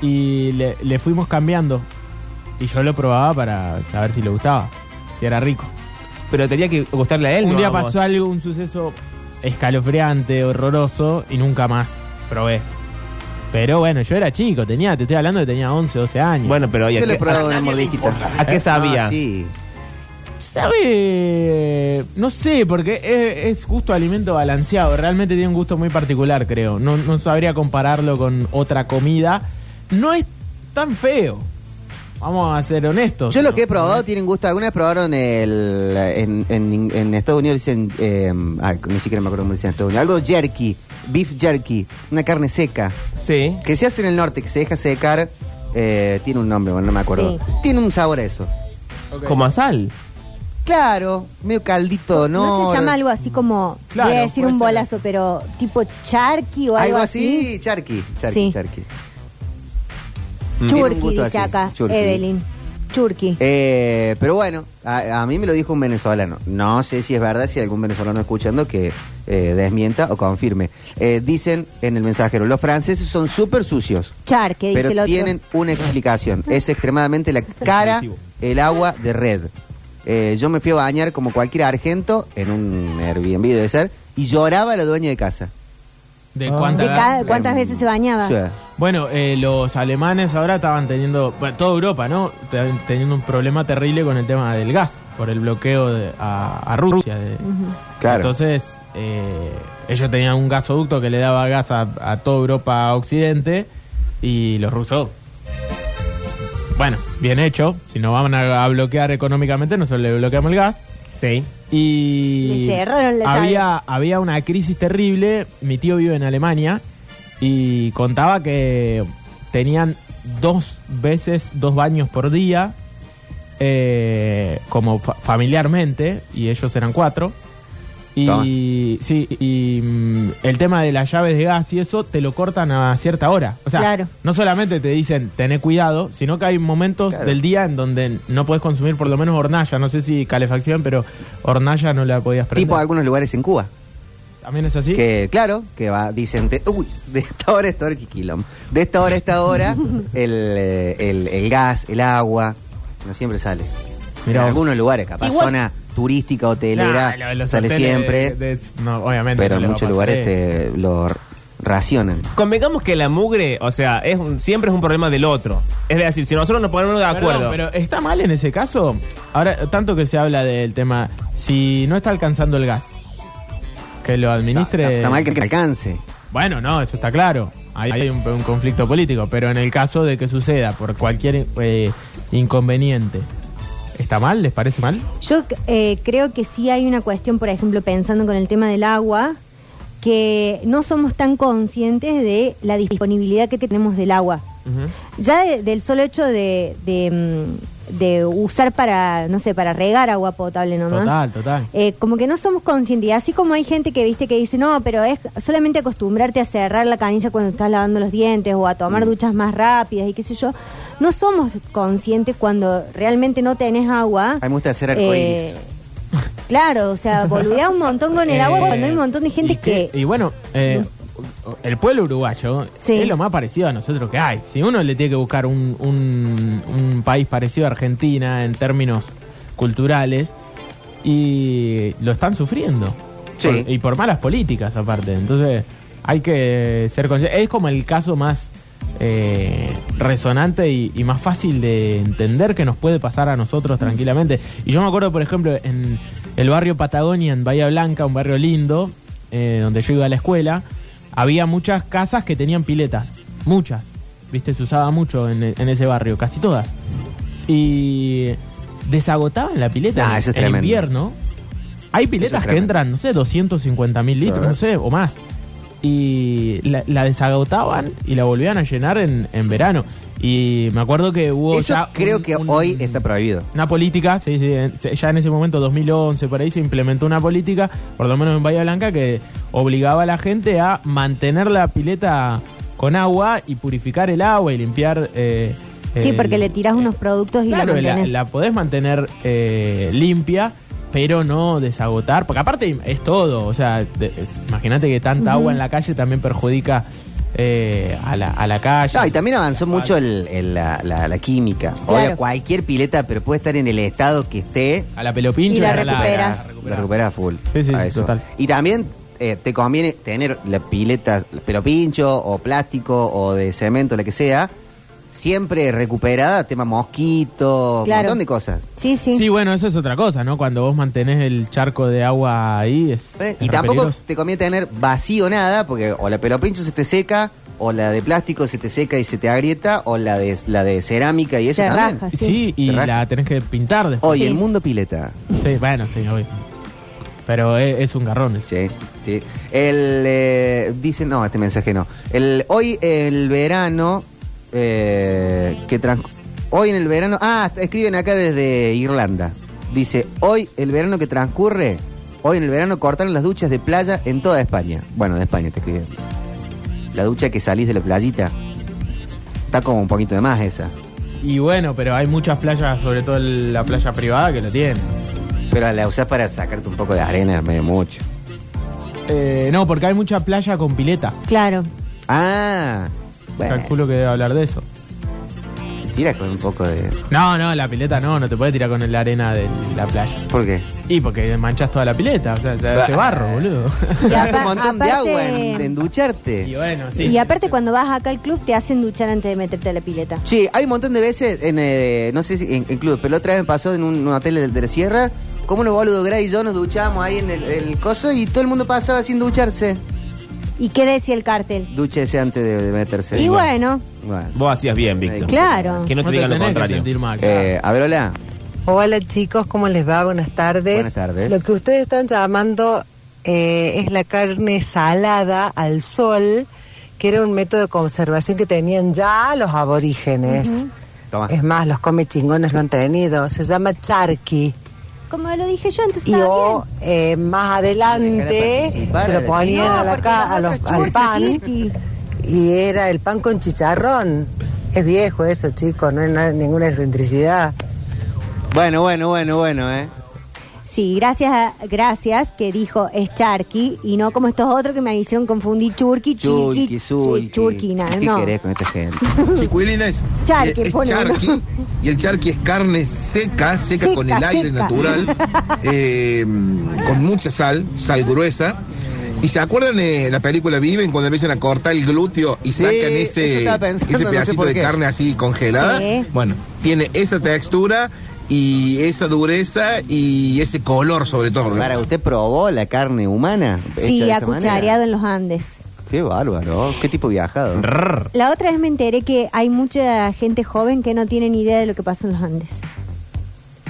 Speaker 4: Y le, le fuimos cambiando. Y yo lo probaba para saber si le gustaba, si era rico.
Speaker 3: Pero tenía que gustarle a él.
Speaker 4: un
Speaker 3: ¿no?
Speaker 4: día
Speaker 3: A vos.
Speaker 4: pasó algo, un suceso escalofriante, horroroso, y nunca más probé. Pero bueno, yo era chico, tenía, te estoy hablando que tenía 11, 12 años.
Speaker 3: Bueno, pero oye,
Speaker 1: Yo le he
Speaker 3: ¿qué-
Speaker 1: probado una mordijita.
Speaker 3: ¿A qué sabía?
Speaker 1: Ah, sí.
Speaker 4: Sabe, no sé, porque es, es gusto alimento balanceado. Realmente tiene un gusto muy particular, creo. No, no sabría compararlo con otra comida. No es tan feo. Vamos a ser honestos.
Speaker 1: Yo lo
Speaker 4: ¿no?
Speaker 1: que he probado tienen gusto. Algunas probaron el, en, en- en Estados Unidos, dicen. eh, ay, ni siquiera me acuerdo cómo dicen en Estados Unidos. Algo jerky, beef jerky, una carne seca.
Speaker 3: Sí.
Speaker 1: Que se hace en el norte, que se deja secar. eh, tiene un nombre, bueno, no me acuerdo.
Speaker 2: Sí.
Speaker 1: Tiene un sabor a eso.
Speaker 3: Como a sal.
Speaker 1: Claro, medio caldito, ¿no?
Speaker 2: No, se llama algo así como,
Speaker 4: Claro,
Speaker 2: voy a decir
Speaker 4: puede
Speaker 2: un
Speaker 4: ser.
Speaker 2: bolazo, pero tipo charqui o algo, así.
Speaker 1: así, charqui, charqui,
Speaker 2: Sí. Mm.
Speaker 1: charqui. Tiene un
Speaker 2: Churqui
Speaker 1: gusto así,
Speaker 2: dice acá,
Speaker 1: churqui.
Speaker 2: Evelyn. Churqui.
Speaker 1: Eh, pero bueno, a, a mí me lo dijo un venezolano. No sé si es verdad, si hay algún venezolano escuchando que eh, desmienta o confirme. Eh, dicen en el mensajero, los franceses son súper sucios,
Speaker 2: Charque, dice el
Speaker 1: pero
Speaker 2: otro.
Speaker 1: tienen una explicación. Es extremadamente la cara,
Speaker 3: Inclusivo.
Speaker 1: el agua de red. Eh, yo me fui a bañar como cualquier argento en un Airbnb debe ser y lloraba la dueña de casa.
Speaker 4: ¿De
Speaker 3: Ah.
Speaker 4: cuánta
Speaker 2: ¿De
Speaker 4: edad?
Speaker 2: cada- cuántas veces se bañaba?
Speaker 1: Sí.
Speaker 4: Bueno, eh, los alemanes ahora estaban teniendo, bueno, toda Europa, ¿no? Estaban Teniendo un problema terrible con el tema del gas, por el bloqueo de- a, a Rusia. de-
Speaker 1: Claro.
Speaker 4: Entonces, eh, ellos tenían un gasoducto que le daba gas a, a toda Europa Occidente y los rusos. Bueno, bien hecho. Si nos van a, a bloquear económicamente, nosotros le bloqueamos el gas.
Speaker 3: Sí.
Speaker 4: Y
Speaker 2: Le cerraron la llave.
Speaker 4: había, había una crisis terrible. Mi tío vive en Alemania y contaba que tenían dos veces, dos baños por día, eh, como fa- familiarmente, y ellos eran cuatro.
Speaker 1: Toma.
Speaker 4: Y, sí, y mm, el tema de las llaves de gas y eso te lo cortan a cierta hora. O sea,
Speaker 2: Claro.
Speaker 4: no solamente te dicen tené cuidado, sino que hay momentos
Speaker 1: Claro.
Speaker 4: del día en donde no puedes consumir por lo menos hornalla. No sé si calefacción, pero hornalla no la podías prender.
Speaker 1: Tipo algunos lugares en Cuba.
Speaker 4: ¿También es así?
Speaker 1: Que claro, que va, dicen, te- uy, de esta hora a esta hora, qué quilombo. De esta hora a esta hora, el, eh, el, el gas, el agua, no siempre sale.
Speaker 4: Mirá
Speaker 1: en
Speaker 4: vos.
Speaker 1: algunos lugares, capaz,
Speaker 4: Igual-
Speaker 1: zona turística,
Speaker 4: Nah,
Speaker 1: hotelera,
Speaker 4: lo de los
Speaker 1: sale
Speaker 4: hoteles
Speaker 1: siempre,
Speaker 4: de- de- no, obviamente.
Speaker 1: pero
Speaker 4: no
Speaker 1: en
Speaker 4: le va a
Speaker 1: muchos
Speaker 4: pasar
Speaker 1: lugares
Speaker 4: eso.
Speaker 1: te lo r- racionan.
Speaker 3: Convengamos que la mugre, o sea, es un- siempre es un problema del otro. Es decir, si nosotros nos ponemos de
Speaker 4: Perdón,
Speaker 3: acuerdo.
Speaker 4: pero está mal en ese caso. Ahora, tanto que se habla del tema, si no está alcanzando el gas, que lo administre.
Speaker 1: Está, está mal que te alcance.
Speaker 4: Bueno, no, eso está claro. Ahí hay un, un conflicto político, pero en el caso de que suceda por cualquier eh, inconveniente, ¿está mal? ¿Les parece mal?
Speaker 2: Yo eh, creo que sí hay una cuestión, por ejemplo, pensando con el tema del agua, que no somos tan conscientes de la disponibilidad que tenemos del agua.
Speaker 3: Ujú.
Speaker 2: Ya de- del solo hecho de, de, mm, de usar para, no sé, para regar agua potable nomás.
Speaker 4: Total, total.
Speaker 2: Eh, como que no somos conscientes. Y así como hay gente que viste que dice, no, pero es solamente acostumbrarte a cerrar la canilla cuando estás lavando los dientes o a tomar
Speaker 1: Mm.
Speaker 2: duchas más rápidas y qué sé yo. No somos conscientes cuando realmente no tenés agua.
Speaker 1: A mí me gusta hacer arcoíris.
Speaker 2: Eh, claro, o sea, boludea un montón con el agua
Speaker 4: Eh,
Speaker 2: cuando hay un montón de gente
Speaker 4: y que-
Speaker 2: que...
Speaker 4: Y bueno, eh, el pueblo uruguayo
Speaker 2: Sí.
Speaker 4: es lo más parecido a nosotros que hay. Si uno le tiene que buscar un, un- un país parecido a Argentina en términos culturales, y lo están sufriendo.
Speaker 1: Sí.
Speaker 4: Por- y por malas políticas, aparte. Entonces, hay que ser conscientes. Es como el caso más. eh, resonante y, y más fácil de entender que nos puede pasar a nosotros tranquilamente. Y yo me acuerdo, por ejemplo, en el barrio Patagonia, en Bahía Blanca, un barrio lindo, eh, donde yo iba a la escuela, había muchas casas que tenían piletas. Muchas. Viste, se usaba mucho en, e- en ese barrio, casi todas. Y desagotaban la pileta
Speaker 1: Nah,
Speaker 4: en-
Speaker 1: Ah, eso es
Speaker 4: en
Speaker 1: tremendo.
Speaker 4: invierno. Hay
Speaker 1: Eso
Speaker 4: piletas
Speaker 1: es
Speaker 4: que
Speaker 1: tremendo.
Speaker 4: entran, no sé, 250 mil litros,
Speaker 1: Sí.
Speaker 4: no sé, o más. Y la, la desagotaban y la volvían a llenar en, en verano. Y me acuerdo que hubo.
Speaker 1: Eso
Speaker 4: ya
Speaker 1: creo
Speaker 4: un-
Speaker 1: que
Speaker 4: un-
Speaker 1: hoy está prohibido.
Speaker 4: una política, se dice, se- ya en ese momento, 2011, por ahí se implementó una política, por lo menos en Bahía Blanca, que obligaba a la gente a mantener la pileta con agua y purificar el agua y limpiar. eh,
Speaker 2: Sí,
Speaker 4: el-
Speaker 2: porque le tirás unos productos y la
Speaker 4: Claro, la,
Speaker 2: mantenés.
Speaker 4: la podés mantener eh, limpia, pero no desagotar, porque aparte es todo, o sea, de- es- imagínate que tanta agua en la calle también perjudica eh, a, la, a la calle.
Speaker 1: No, y también avanzó mucho el- el- la, la- la química.
Speaker 2: Claro.
Speaker 1: Oye, cualquier pileta, pero puede estar en el estado que esté.
Speaker 4: a la pelopincha
Speaker 2: Y la
Speaker 4: a la-
Speaker 2: recuperás.
Speaker 4: la
Speaker 1: La recuperás full.
Speaker 4: Sí, sí,
Speaker 1: a
Speaker 4: sí,
Speaker 1: eso.
Speaker 4: total.
Speaker 1: Y también eh, te conviene tener la pileta, pero pincho o plástico o de cemento, la que sea, siempre recuperada, tema mosquito, un
Speaker 2: Claro.
Speaker 1: montón de cosas.
Speaker 2: Sí, sí.
Speaker 4: Sí, bueno, eso es otra cosa, ¿no? Cuando vos mantenés el charco de agua ahí es.
Speaker 1: ¿eh?
Speaker 4: es
Speaker 1: Y
Speaker 4: re
Speaker 1: tampoco
Speaker 4: peligroso.
Speaker 1: te conviene tener vacío nada, porque o la pelopincho se te seca o la de plástico se te seca y se te agrieta, o la de, la de cerámica y eso
Speaker 2: Se
Speaker 1: también.
Speaker 2: raja.
Speaker 4: Sí,
Speaker 2: Sí.
Speaker 4: y
Speaker 1: Se raja.
Speaker 4: la tenés que pintar después.
Speaker 1: Hoy,
Speaker 2: Sí.
Speaker 1: el mundo pileta.
Speaker 4: Sí, bueno, sí, obvio. Pero e, es, es un garrón. eso.
Speaker 1: Sí, sí. El, eh, dice, no, este mensaje no. El, hoy el verano, eh, que trans- hoy en el verano, ah, escriben acá desde Irlanda. Dice, hoy el verano que transcurre, hoy en el verano cortaron las duchas de playa en toda España. Bueno, de España te escriben. La ducha que salís de la playita. Está como un poquito de más esa.
Speaker 4: Y bueno, pero hay muchas playas, sobre todo la playa privada, que lo tienen.
Speaker 1: Pero la usás para sacarte un poco de arena, medio mucho.
Speaker 4: Eh, no, porque hay mucha playa con pileta.
Speaker 2: Claro.
Speaker 1: Ah, bueno,
Speaker 4: Calculo que debe hablar de eso.
Speaker 1: tira con un poco de...
Speaker 4: No, no, la pileta no, no te puedes tirar con la arena de la playa.
Speaker 1: ¿Por qué?
Speaker 4: Y porque manchas toda la pileta, o sea, se hace barro, boludo.
Speaker 2: Y
Speaker 1: Gasta
Speaker 2: apa-
Speaker 1: un montón de
Speaker 2: aparte-
Speaker 1: agua en, en
Speaker 4: Y
Speaker 1: ducharte.
Speaker 4: bueno, sí.
Speaker 2: Y aparte cuando vas acá al club te hacen duchar antes de meterte a la pileta.
Speaker 1: Sí, hay un montón de veces en, eh, no sé si en, en club, pero la otra vez me pasó en un, un hotel de, de la Sierra, como unos boludos Gray y yo nos duchábamos ahí en el, el coso y todo el mundo pasaba sin ducharse.
Speaker 2: ¿Y qué decía el cartel?
Speaker 1: Dúchese antes de, de meterse.
Speaker 2: y bueno,
Speaker 1: Bueno.
Speaker 3: Vos hacías bien, Víctor.
Speaker 2: claro.
Speaker 3: Que no te digan lo
Speaker 4: tenés que
Speaker 3: contrario.
Speaker 4: sentir mal, Ah, claro.
Speaker 1: Eh, a ver, hola.
Speaker 6: Hola chicos, ¿cómo les va? Buenas tardes.
Speaker 1: Buenas tardes.
Speaker 6: Lo que ustedes están llamando eh, es la carne salada al sol, que era un método de conservación que tenían ya los aborígenes.
Speaker 1: Toma.
Speaker 6: Es más, los come chingones lo han tenido. Se llama charqui.
Speaker 2: Como lo dije yo, entonces
Speaker 6: Y
Speaker 2: estaba
Speaker 6: o eh, más adelante
Speaker 1: Dejala participar,
Speaker 6: se lo
Speaker 2: bien.
Speaker 6: ponían
Speaker 2: No,
Speaker 6: a la
Speaker 2: porque
Speaker 6: ca- a
Speaker 2: los
Speaker 6: los-
Speaker 2: otros
Speaker 6: al
Speaker 2: churros,
Speaker 6: pan
Speaker 2: chiqui.
Speaker 6: y era el pan con chicharrón. Es viejo eso, chicos, no hay na- ninguna excentricidad.
Speaker 1: Bueno, bueno, bueno, bueno, eh.
Speaker 2: Sí, gracias, a- gracias, que dijo es charqui y no como estos otros que me hicieron confundir churqui,
Speaker 1: Chulqui,
Speaker 2: churqui,
Speaker 1: zulqui.
Speaker 2: churqui, nada,
Speaker 1: ¿Qué
Speaker 2: no.
Speaker 1: querés con esta gente?
Speaker 7: Chicuilines.
Speaker 2: Mm. Charqui,
Speaker 7: es
Speaker 2: pone uno.
Speaker 7: charqui. Y el charqui es carne seca, seca,
Speaker 2: Seca,
Speaker 7: con el aire
Speaker 2: seca.
Speaker 7: natural, eh, con mucha sal, sal gruesa. ¿Y se acuerdan eh, la película Viven cuando empiezan a cortar el glúteo y
Speaker 1: Sí,
Speaker 7: sacan
Speaker 1: eso
Speaker 7: ese,
Speaker 1: estaba pensando,
Speaker 7: ese
Speaker 1: no sé
Speaker 7: pedacito
Speaker 1: por
Speaker 7: de
Speaker 1: qué.
Speaker 7: carne así congelada?
Speaker 2: Sí.
Speaker 7: Bueno, tiene esa textura y esa dureza y ese color sobre todo.
Speaker 1: Para, ¿usted probó la carne humana? hecha
Speaker 2: Sí,
Speaker 1: de
Speaker 2: a
Speaker 1: esa manera?
Speaker 2: cuchareado en los Andes.
Speaker 1: Qué bárbaro. Qué tipo viajado.
Speaker 2: La otra vez me enteré que hay mucha gente joven que no tiene ni idea de lo que pasa en los Andes.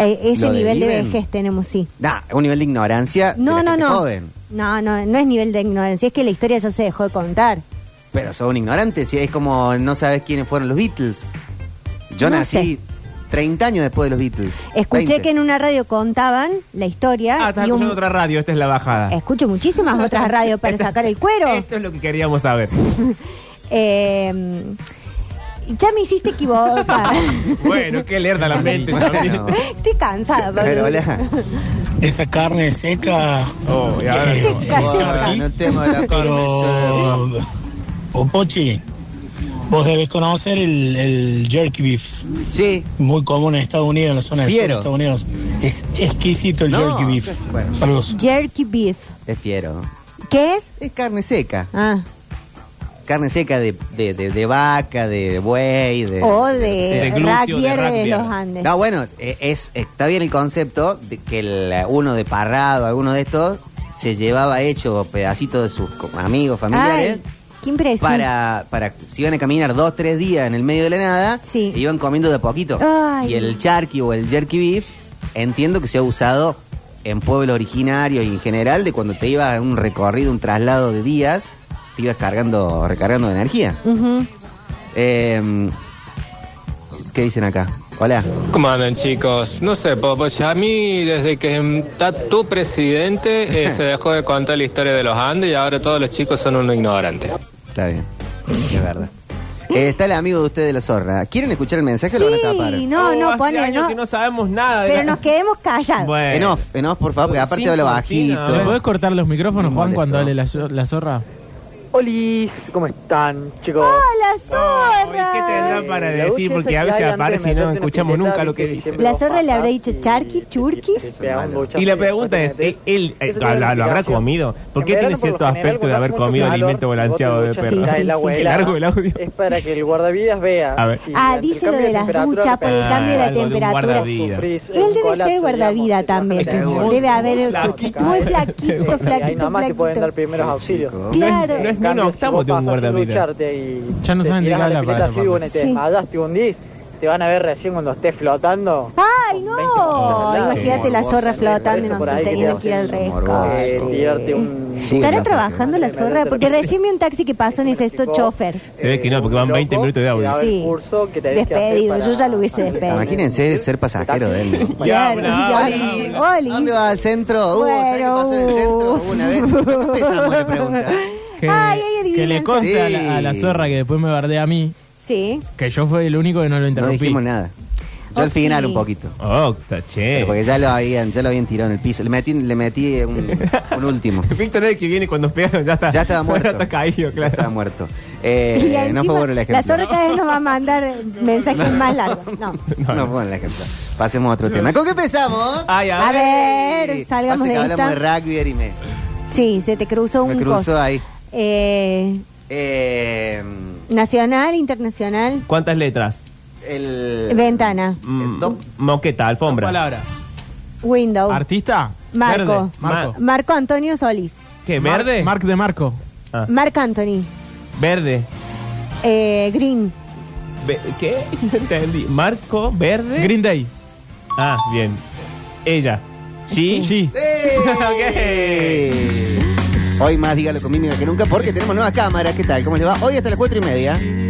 Speaker 2: Eh, ese
Speaker 1: ¿Lo
Speaker 2: nivel de
Speaker 1: deriven?
Speaker 2: vejez tenemos, sí.
Speaker 1: Nah, un nivel de ignorancia. de
Speaker 2: No,
Speaker 1: la
Speaker 2: no,
Speaker 1: gente
Speaker 2: no.
Speaker 1: Joven.
Speaker 2: No, no, no es nivel de ignorancia, es que la historia ya se dejó de contar.
Speaker 1: Pero sos un ignorante, si es como no sabes quiénes fueron los Beatles. Yo
Speaker 2: No
Speaker 1: nací 30 años después de los Beatles.
Speaker 2: Escuché que en una radio contaban la historia.
Speaker 3: Ah, estás
Speaker 2: y un-
Speaker 3: escuchando otra radio, esta es la bajada.
Speaker 2: Escucho muchísimas otras radios para sacar el cuero.
Speaker 3: Esto es lo que queríamos saber.
Speaker 2: Eh, ya me hiciste equivocar.
Speaker 3: Bueno, qué lerda la mente también.
Speaker 1: Bueno.
Speaker 2: Estoy cansada, Pablo.
Speaker 1: Pero hola.
Speaker 8: Esa carne seca,
Speaker 3: Oh, y ahora-
Speaker 2: Seca, seca.
Speaker 1: Bueno, el tema de la
Speaker 8: pero...
Speaker 1: carne.
Speaker 8: O Oh, Pochi, vos debes conocer el, el jerky beef,
Speaker 1: Sí.
Speaker 8: muy común en Estados Unidos, en la zona del sur de
Speaker 1: Fiero.
Speaker 8: Estados Unidos. Es exquisito el
Speaker 1: No,
Speaker 8: jerky beef.
Speaker 1: qué- bueno.
Speaker 8: Saludos.
Speaker 2: Jerky beef.
Speaker 1: Es fiero.
Speaker 2: ¿Qué es?
Speaker 1: Es carne seca.
Speaker 2: Ah,
Speaker 1: Carne seca de, de, de, de vaca, de buey, de...
Speaker 2: o
Speaker 3: de
Speaker 2: de
Speaker 3: glúteo, de
Speaker 2: rugby de
Speaker 3: rugby.
Speaker 2: los Andes.
Speaker 1: No, bueno, eh, es, está bien el concepto de que el, uno de Parrado, alguno de estos, se llevaba hecho pedacitos de sus co- amigos, familiares.
Speaker 2: Ay, qué
Speaker 1: ¿eh?
Speaker 2: impresión.
Speaker 1: para, para si iban a caminar dos, tres días en el medio de la nada,
Speaker 2: Sí.
Speaker 1: e iban comiendo de a poquito.
Speaker 2: Ay.
Speaker 1: Y el charqui o el jerky beef, entiendo que se ha usado en pueblos originarios y en general de cuando te ibas a un recorrido, un traslado de días, te ibas cargando, recargando de energía.
Speaker 2: Ujú.
Speaker 1: Em, ¿Qué dicen acá? Hola.
Speaker 9: ¿Cómo andan chicos? No sé, Popoche, a mí desde que mm, está tu presidente eh, se dejó de contar la historia de los Andes y ahora todos los chicos son unos ignorantes.
Speaker 1: Está bien. Es verdad. Eh, está el amigo de usted de la zorra. ¿Quieren escuchar el mensaje o lo van a tapar?
Speaker 2: Sí, no,
Speaker 3: Oh,
Speaker 2: no,
Speaker 3: hace
Speaker 2: pone,
Speaker 3: años
Speaker 2: no.
Speaker 3: que no sabemos nada. de
Speaker 2: Pero
Speaker 3: la-
Speaker 2: nos quedemos callados.
Speaker 3: Bueno.
Speaker 1: En off, en off, por favor, porque aparte
Speaker 3: Sin
Speaker 1: habla
Speaker 3: cortina,
Speaker 1: bajito.
Speaker 3: a
Speaker 4: ¿Le
Speaker 3: ver.
Speaker 4: podés cortar los micrófonos,
Speaker 1: Me
Speaker 4: Juan, cuando hable
Speaker 1: molesto.
Speaker 4: la, zo- la zorra?
Speaker 10: Olis, ¿cómo están, chicos?
Speaker 2: Hola,
Speaker 3: Oh, ¿y
Speaker 2: zorra.
Speaker 3: ¿Qué tendrán para
Speaker 10: La
Speaker 3: decir?
Speaker 10: ducha
Speaker 3: Porque
Speaker 10: esa
Speaker 3: a
Speaker 10: que
Speaker 3: veces
Speaker 10: hay antes de
Speaker 3: aparece y no
Speaker 10: meterte en la
Speaker 3: escuchamos
Speaker 10: pileta,
Speaker 3: nunca lo que
Speaker 10: viste,
Speaker 3: dice.
Speaker 10: siempre
Speaker 2: La
Speaker 10: lo
Speaker 2: zorra le habrá
Speaker 10: pasas
Speaker 2: dicho
Speaker 10: y
Speaker 2: charqui,
Speaker 10: te-
Speaker 2: churqui.
Speaker 10: te pega un bochazo
Speaker 3: Y la
Speaker 10: en el
Speaker 3: pregunta es,
Speaker 10: pato que
Speaker 3: ¿eh, ¿él eh,
Speaker 10: Eso
Speaker 3: lo,
Speaker 10: tiene
Speaker 3: lo- lo habrá
Speaker 10: explicación.
Speaker 3: comido? ¿Por qué
Speaker 10: En
Speaker 3: tiene
Speaker 10: verano, por lo
Speaker 3: cierto
Speaker 10: general,
Speaker 3: aspecto de
Speaker 10: cuando
Speaker 3: haber
Speaker 10: hace mucho
Speaker 3: comido
Speaker 10: calor,
Speaker 3: alimento
Speaker 10: vos te
Speaker 3: balanceado de
Speaker 10: duchas
Speaker 3: perro?
Speaker 10: y cae el agua
Speaker 3: Qué
Speaker 10: helada.
Speaker 3: largo el audio.
Speaker 10: Es para que el guardavidas vea.
Speaker 3: A ver.
Speaker 10: si
Speaker 2: Ah,
Speaker 10: ante el
Speaker 2: dice
Speaker 10: cambio
Speaker 2: lo de las
Speaker 10: temperatura,
Speaker 2: duchas por el
Speaker 10: la
Speaker 2: cambio de la
Speaker 3: Ah, algo de un
Speaker 2: temperatura.
Speaker 3: guardavida.
Speaker 10: sufrís
Speaker 2: Él
Speaker 10: un
Speaker 2: debe
Speaker 10: colapso,
Speaker 2: ser
Speaker 10: digamos,
Speaker 2: guardavida
Speaker 10: te bajas
Speaker 2: también.
Speaker 10: del
Speaker 1: Seguro.
Speaker 10: avión,
Speaker 2: Debe haber
Speaker 10: flaco,
Speaker 2: escuchado. Muy
Speaker 10: caes.
Speaker 2: flaquito,
Speaker 10: Ahí
Speaker 2: flaquito,
Speaker 10: nomás te pueden dar
Speaker 2: flaquito.
Speaker 10: primeros auxilios.
Speaker 1: Chico.
Speaker 3: No es-
Speaker 2: Claro.
Speaker 3: No es ni un
Speaker 10: cambio, si
Speaker 3: octavo
Speaker 10: vos
Speaker 3: de un
Speaker 10: pasas sin
Speaker 3: guardavidas.
Speaker 10: lucharte y
Speaker 4: Ya no
Speaker 10: te
Speaker 4: saben de
Speaker 10: tirás a
Speaker 4: qué
Speaker 10: la
Speaker 4: habla
Speaker 10: pileta
Speaker 4: para
Speaker 10: así,
Speaker 4: esa
Speaker 10: bueno, y te
Speaker 2: parte. Sí.
Speaker 10: desmayaste un dis, te van a ver recién cuando estés flotando.
Speaker 2: ¡Ay, no!
Speaker 10: Claro,
Speaker 2: Imagínate la
Speaker 10: morboso,
Speaker 2: zorra
Speaker 10: sí,
Speaker 2: flotando y
Speaker 10: por
Speaker 2: nosotros
Speaker 10: ahí que
Speaker 2: teniendo
Speaker 10: te
Speaker 2: que ir al
Speaker 10: hacen
Speaker 2: rescate.
Speaker 10: eh, tirarte un...
Speaker 1: Sí,
Speaker 2: ¿Estará
Speaker 1: no sé.
Speaker 2: trabajando la zorra? Porque recién vi un taxi que pasó en ese esto chofer.
Speaker 3: Se ve que no, porque
Speaker 10: un
Speaker 3: van 20
Speaker 10: eh, loco
Speaker 3: minutos de
Speaker 10: que va a
Speaker 3: audio.
Speaker 10: haber
Speaker 2: Sí.
Speaker 10: curso que tenés que hacer
Speaker 2: Despedido,
Speaker 10: para-
Speaker 2: yo ya lo hubiese despedido.
Speaker 1: Imagínense ser pasajero de él. ¿no?
Speaker 2: Claro,
Speaker 3: Hola.
Speaker 2: y ahora- Oli. uh.
Speaker 1: ¿Dónde va al centro? Hugo, ¿sabes qué pasó en el centro
Speaker 2: Bueno.
Speaker 1: una vez? Empezamos la pregunta.
Speaker 4: Que,
Speaker 2: Ay, hay adivinanza.
Speaker 4: que le conste a,
Speaker 1: Sí.
Speaker 4: la, a la zorra que después me bardea a mí,
Speaker 2: Sí.
Speaker 4: que yo fui el único que no lo
Speaker 1: No
Speaker 4: interrumpí. Oh,
Speaker 1: dijimos nada. Yo al
Speaker 2: Ok.
Speaker 1: final un poquito.
Speaker 3: Octa,
Speaker 10: Eh.
Speaker 1: Pero
Speaker 3: che.
Speaker 1: Porque ya lo habían, ya lo habían tirado en el piso. Le metí, le metí un, un último.
Speaker 3: Víctor es el que viene cuando pegan, ya está.
Speaker 1: Ya estaba muerto.
Speaker 3: Ya está caído,
Speaker 1: Ya
Speaker 3: claro.
Speaker 1: estaba muerto. Eh,
Speaker 2: Y
Speaker 1: no fue
Speaker 2: encima,
Speaker 1: bueno el
Speaker 2: La
Speaker 1: ejemplo.
Speaker 2: zorra cada vez nos va a mandar mensajes más largos. No.
Speaker 1: No, fue bueno el ejemplo. Pasemos a otro tema. ¿Con qué empezamos?
Speaker 3: Ay,
Speaker 2: A
Speaker 1: Sí.
Speaker 2: ver, salgamos
Speaker 1: Pasa que
Speaker 2: de
Speaker 1: hablamos de
Speaker 2: esta.
Speaker 1: rugby y me,
Speaker 2: Sí, se te cruzó
Speaker 1: me
Speaker 2: un
Speaker 1: cruzó
Speaker 2: coso.
Speaker 1: ahí.
Speaker 2: Eh,
Speaker 1: Eh,
Speaker 2: nacional, internacional,
Speaker 3: ¿Cuántas letras?
Speaker 1: el,
Speaker 2: Ventana.
Speaker 3: Mm,
Speaker 1: do-
Speaker 3: Moqueta,
Speaker 4: Eh, Dos
Speaker 3: alfombra.
Speaker 4: palabras.
Speaker 2: window.
Speaker 4: ¿Artista?
Speaker 2: Marco.
Speaker 4: Verde. Marco.
Speaker 2: Marco Antonio Solís.
Speaker 3: ¿Qué, verde?
Speaker 4: Mark de Marco.
Speaker 3: Ah,
Speaker 2: Marc Anthony.
Speaker 3: Verde.
Speaker 2: Eh, Green.
Speaker 3: Ve- ¿Qué? No entendí. Marco,
Speaker 2: ¿Eh?
Speaker 3: verde.
Speaker 4: Green Day.
Speaker 3: Ah, bien. Ella. She.
Speaker 4: Sí.
Speaker 1: Hoy más dígalo con mímica que nunca porque tenemos nueva cámara. ¿Qué tal? ¿Cómo le va? Hoy hasta las cuatro y media.